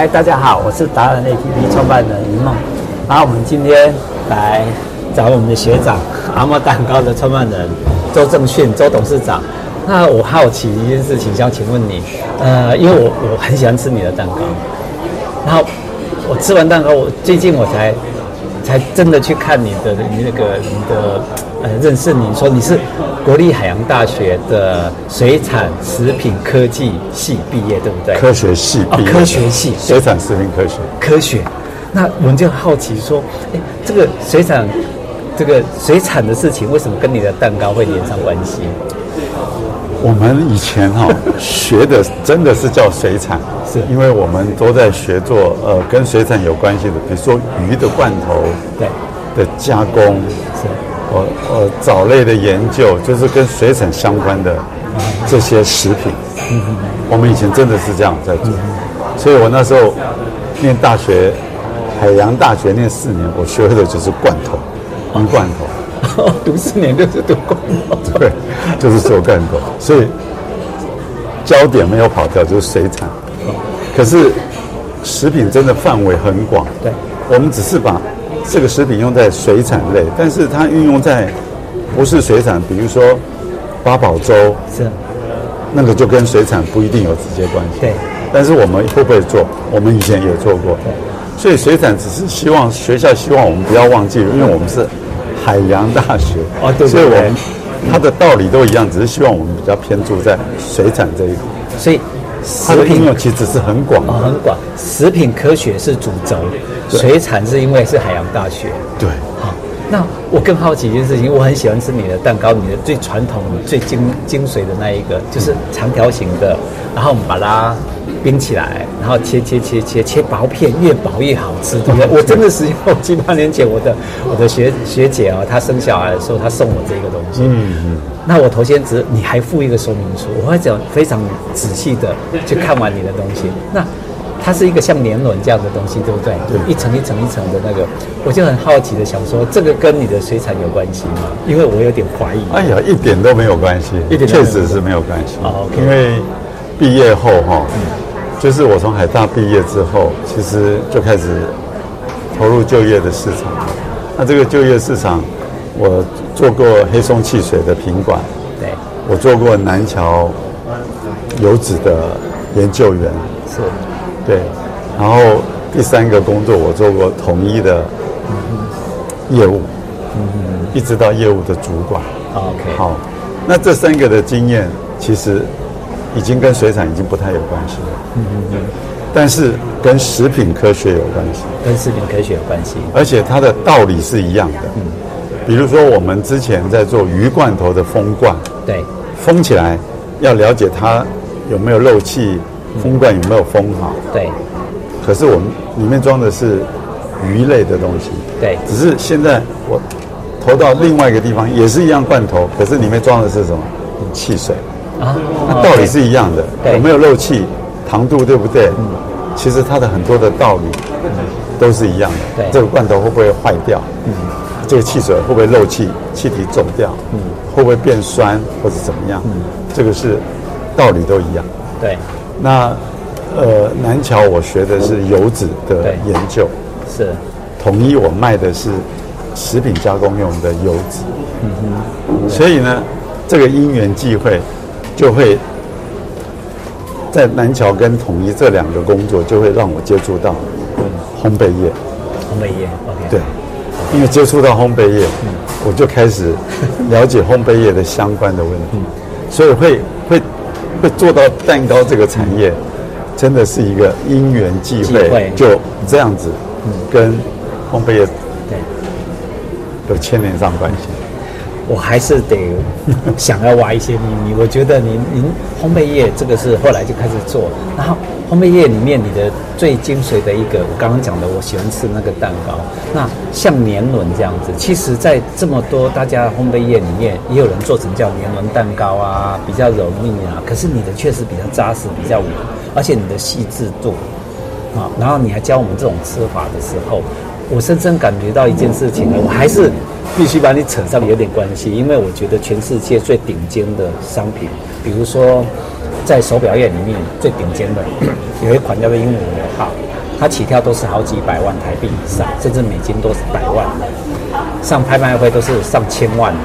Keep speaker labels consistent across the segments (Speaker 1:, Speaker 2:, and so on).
Speaker 1: 嗨，大家好，我是达人 APP 创办人云梦。然后我们今天来找我们的学长阿莫蛋糕的创办人周正训周董事长。那我好奇一件事情，想请问你，呃，因为我我很喜欢吃你的蛋糕，然后我吃完蛋糕，我最近我才才真的去看你的你那个你的呃认识你说你是国立海洋大学的水产食品科技系毕业，对不对？
Speaker 2: 科学系
Speaker 1: 哦
Speaker 2: 毕业的
Speaker 1: 科学系
Speaker 2: 水产食品科学。
Speaker 1: 科学。那我们就好奇说，哎，这个水产，这个水产的事情，为什么跟你的蛋糕会连上关系？
Speaker 2: 我们以前 哈、学的真的是叫水产，
Speaker 1: 是
Speaker 2: 因为我们都在学做呃跟水产有关系的，比如说鱼的罐头
Speaker 1: 对，
Speaker 2: 的加工，
Speaker 1: 是
Speaker 2: 呃呃藻类的研究，就是跟水产相关的这些食品。
Speaker 1: 嗯
Speaker 2: 我们以前真的是这样在做，所以我那时候念大学，海洋大学念四年，我学会的就是罐头，鱼罐头。
Speaker 1: 读四年就是读过，
Speaker 2: 对，就是做干狗，所以焦点没有跑掉，就是水产。可是食品真的范围很广，
Speaker 1: 对，
Speaker 2: 我们只是把这个食品用在水产类，但是它运用在不是水产，比如说八宝粥，
Speaker 1: 是
Speaker 2: 那个就跟水产不一定有直接关系。
Speaker 1: 对，
Speaker 2: 但是我们会不会做？我们以前也做过。所以水产只是希望学校希望我们不要忘记，因为我们是海洋大学
Speaker 1: 哦对对
Speaker 2: 所以我们
Speaker 1: 对
Speaker 2: 它的道理都一样，只是希望我们比较偏注在水产这一块。
Speaker 1: 所以
Speaker 2: 它
Speaker 1: 食
Speaker 2: 的应
Speaker 1: 品
Speaker 2: 用其实是很广
Speaker 1: 哦
Speaker 2: 的。
Speaker 1: 很广，食品科学是主轴，水产是因为是海洋大学。
Speaker 2: 对，
Speaker 1: 好，啊那我更好奇一件事情，我很喜欢吃你的蛋糕，你的最传统、最精精髓的那一个，就是长条形的，然后我们把它冰起来，然后切切切切切薄片，越薄越好 吃，对不对？我真的是因为我七八年前我的我的学学姐啊，她生小孩的时候，她送我这个东西，嗯嗯。那我头先只你还附一个说明书，我会讲非常仔细的去看完你的东西。那它是一个像年轮这样的东西，对不对？
Speaker 2: 对
Speaker 1: 一层一层一层的那个，我就很好奇的想说，这个跟你的水产有关系吗？因为我有点怀疑。
Speaker 2: 哎呀，一点都没有关系，
Speaker 1: 一点都没有
Speaker 2: 确实是没有关系。
Speaker 1: 哦，OK
Speaker 2: 因为毕业后哈、就是我从海大毕业之后，其实就开始投入就业的市场。那这个就业市场，我做过黑松汽水的品管，
Speaker 1: 对，
Speaker 2: 我做过南桥油脂的研究员，
Speaker 1: 是
Speaker 2: 对，然后第三个工作我做过统一的业务，
Speaker 1: 嗯
Speaker 2: 一直到业务的主管。
Speaker 1: 啊 OK。
Speaker 2: 好，那这三个的经验其实已经跟水产已经不太有关系了，嗯但是跟食品科学有关系，
Speaker 1: 跟食品科学有关系。
Speaker 2: 而且它的道理是一样的。嗯，比如说我们之前在做鱼罐头的封罐，
Speaker 1: 对，
Speaker 2: 封起来要了解它有没有漏气，封罐有没有封好。
Speaker 1: 对，
Speaker 2: 可是我们里面装的是鱼类的东西，
Speaker 1: 对
Speaker 2: 只是现在我投到另外一个地方也是一样罐头，可是里面装的是什么？汽水，
Speaker 1: 啊，
Speaker 2: 那道理是一样的，
Speaker 1: 对嗯
Speaker 2: 有没有漏气，糖度对不对？其实它的很多的道理都是一样的
Speaker 1: 对。嗯
Speaker 2: 这个罐头会不会坏掉？这个汽水会不会漏气，气体走掉？
Speaker 1: 嗯
Speaker 2: 会不会变酸或者怎么样？这个是道理都一样。
Speaker 1: 对，
Speaker 2: 那呃，南桥我学的是油脂的
Speaker 1: 对
Speaker 2: 研究，
Speaker 1: 是
Speaker 2: 统一我卖的是食品加工用的油脂。所以呢，这个因缘际会就会在南桥跟统一这两个工作，就会让我接触到烘焙业。
Speaker 1: 烘焙业。OK。
Speaker 2: 对，因为接触到烘焙业，我就开始了解烘焙业的相关的问题，所以会会会做到蛋糕这个产业，真的是一个因缘际
Speaker 1: 际会
Speaker 2: 会，就这样子跟烘焙业
Speaker 1: 对。
Speaker 2: 有牵连上关系。
Speaker 1: 我还是得想要挖一些秘密。我觉得您您烘焙业这个是后来就开始做，然后烘焙业里面你的最精髓的一个，我刚刚讲的，我喜欢吃那个蛋糕。那像年轮这样子，其实，在这么多大家烘焙业里面，也有人做成叫年轮蛋糕啊，比较容易啊。可是你的确实比较扎实，比较稳，而且你的细致度啊，然后你还教我们这种吃法的时候，我深深感觉到一件事情呢，啊我还是必须把你扯上有点关系，因为我觉得全世界最顶尖的商品， 比如说在手表业里面最顶尖的有一款叫做鹦鹉螺号，它起跳都是好几百万台币以上，甚至美金都是百万，上拍卖会都是上千万的。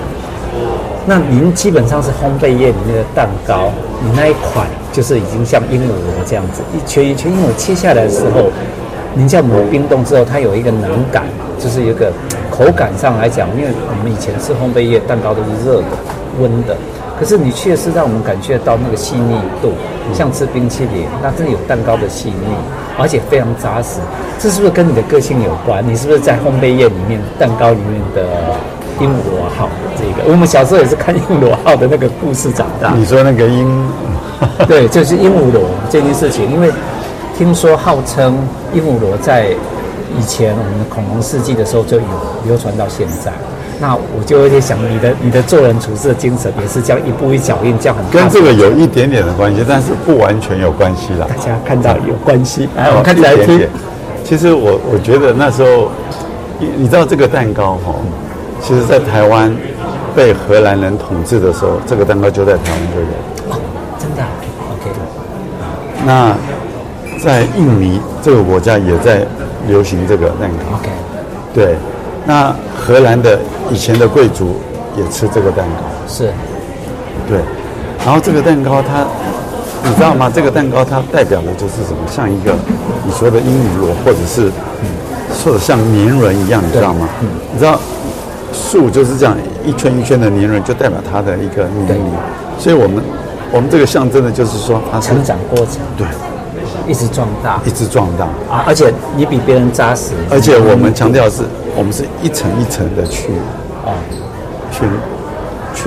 Speaker 1: 那您基本上是烘焙业里面的蛋糕，你那一款就是已经像鹦鹉螺这样子，一圈一圈鹦鹉切下来的时候，您这样磨冰冻之后，它有一个难感，就是有一个口感上来讲，因为我们以前吃烘焙业蛋糕都是热的、温的，可是你确实让我们感觉到那个细腻度，像吃冰淇淋，那真的有蛋糕的细腻，而且非常扎实。这是不是跟你的个性有关？你是不是在烘焙业里面蛋糕里面的？鹦鹉螺号这个，我们小时候也是看鹦鹉螺号的那个故事长大。
Speaker 2: 你说那个鹰，
Speaker 1: 对，就是鹦鹉螺这件事情，因为听说号称鹦鹉螺在以前我们的恐龙世纪的时候就有流传到现在。那我就有点想，你的你的做人处事的精神也是这样一步一脚印，这样很
Speaker 2: 跟这个有一点点的关系，但是不完全有关系啦
Speaker 1: 大。家看到有关系。来，哎我
Speaker 2: 哦
Speaker 1: 们看起来
Speaker 2: 一点
Speaker 1: 听
Speaker 2: 点。其实我我觉得那时候，你你知道这个蛋糕哈、其实在台湾被荷兰人统治的时候，这个蛋糕就在台湾就有。
Speaker 1: 哦，真的啊，OK，
Speaker 2: 那在印尼这个国家也在流行这个蛋糕。
Speaker 1: OK
Speaker 2: 对，那荷兰的以前的贵族也吃这个蛋糕。
Speaker 1: 是
Speaker 2: 对，然后这个蛋糕它，你知道吗？这个蛋糕它代表的就是什么？像一个你说的鹦鹉螺，或者是或者像年轮一样，你知道吗？
Speaker 1: 嗯
Speaker 2: 你知道树就是这样一圈一圈的年轮，就代表它的一个年龄。所以我们我们这个象征的就是说它是
Speaker 1: 成长过程，
Speaker 2: 对
Speaker 1: 一直壮大
Speaker 2: 一直壮大，
Speaker 1: 啊，而且你比别人扎实，
Speaker 2: 而且我们强调的是我们是一层一层的去啊
Speaker 1: 哦，
Speaker 2: 去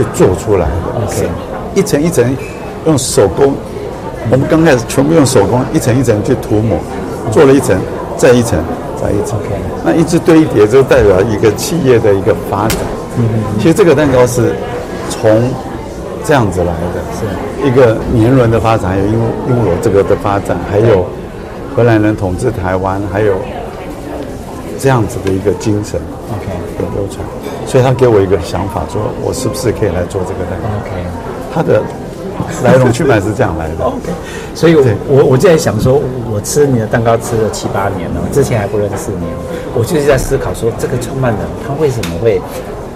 Speaker 2: 去做出来的
Speaker 1: OK
Speaker 2: 啊是一层一层用手工，我们刚开始全部用手工一层一层去涂抹，做了一层，再一层，再一层
Speaker 1: OK
Speaker 2: 那一直堆叠就代表一个企业的一个发展。其实这个蛋糕是从这样子来的，是一个年轮的发展，还有鹦鹉鹦鹉螺这个的发展，还有荷兰人统治台湾，还有这样子的一个精神。啊
Speaker 1: OK
Speaker 2: 有流传，所以他给我一个想法，说我是不是可以来做这个蛋糕？
Speaker 1: OK。
Speaker 2: 他的来龙去脉是这样来的。
Speaker 1: 所以我，我我就在想说，我吃你的蛋糕吃了七八年了，之前还不认识你，哦我就是在思考说，这个创办人他为什么会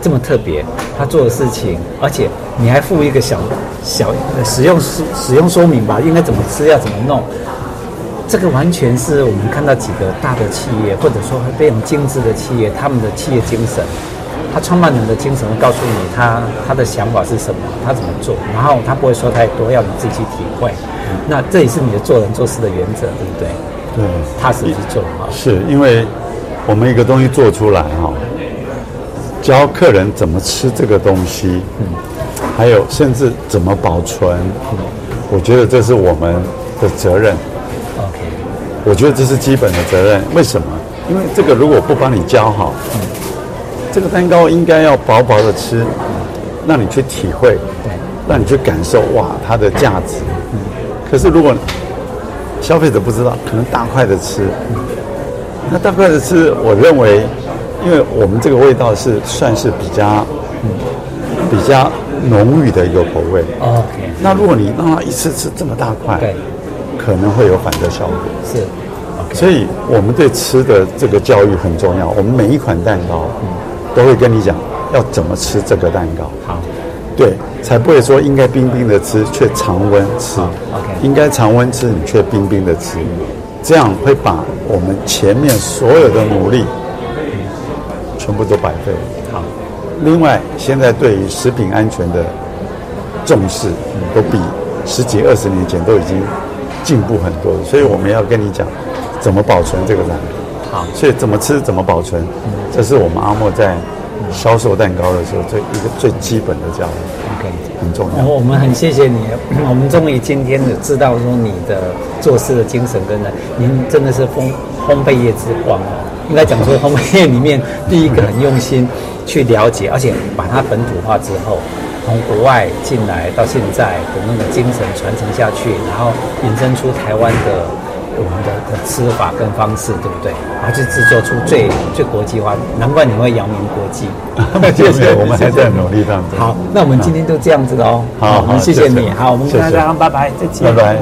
Speaker 1: 这么特别？他做的事情，而且你还附一个小小呃使用使使用说明吧，应该怎么吃，要怎么弄。这个完全是我们看到几个大的企业，或者说非常精致的企业，他们的企业精神，他创办人的精神会告诉你他他的想法是什么，他怎么做，然后他不会说太多，要你自己去体会。那这也是你的做人做事的原则，对不对？
Speaker 2: 对，
Speaker 1: 踏实去做啊。
Speaker 2: 是因为我们一个东西做出来哈、教客人怎么吃这个东西，还有甚至怎么保存，我觉得这是我们的责任。
Speaker 1: OK，
Speaker 2: 我觉得这是基本的责任。为什么？因为这个如果不帮你教好，这个蛋糕应该要薄薄的吃，让你去体会，让你去感受哇它的价值。可是如果消费者不知道，可能大块的吃，那大块的吃，我认为，因为我们这个味道是算是比较比较浓郁的一个口味。
Speaker 1: OK，
Speaker 2: 那如果你让它一次吃这么大块
Speaker 1: 对，
Speaker 2: 可能会有反的效果。
Speaker 1: 是
Speaker 2: 所以我们对吃的这个教育很重要。我们每一款蛋糕，都会跟你讲要怎么吃这个蛋糕，
Speaker 1: 好。
Speaker 2: 对，才不会说应该冰冰的吃，却常温吃。
Speaker 1: ，OK
Speaker 2: 应该常温吃，你却冰冰的吃，这样会把我们前面所有的努力，全部都白费。
Speaker 1: 好，
Speaker 2: 另外，现在对于食品安全的重视，都比十几二十年前都已经进步很多了，所以我们要跟你讲怎么保存这个蛋糕。
Speaker 1: 好
Speaker 2: 所以怎么吃怎么保存，这是我们阿莫在销售蛋糕的时候最一个最基本的教育，
Speaker 1: ，OK。
Speaker 2: 很重
Speaker 1: 然
Speaker 2: 要。。
Speaker 1: 后我们很谢谢你，我们终于今天有知道说你的做事的精神跟呢，您真的是烘烘焙业之光哦。应该讲说烘焙业里面第一个很用心去了解，而且把它本土化之后，从国外进来到现在的那个精神传承下去，然后引申出台湾的我们的的吃法跟方式，对不对？然后去制作出最最国际化，难怪你会扬名国际
Speaker 2: 谢谢，我们还在努力当中。
Speaker 1: 好，那我们今天就这样子喽。
Speaker 2: 好
Speaker 1: 我们谢谢
Speaker 2: 好谢谢
Speaker 1: 你。好，我们
Speaker 2: 谢
Speaker 1: 跟
Speaker 2: 谢
Speaker 1: 大家拜拜，再见。
Speaker 2: 拜拜。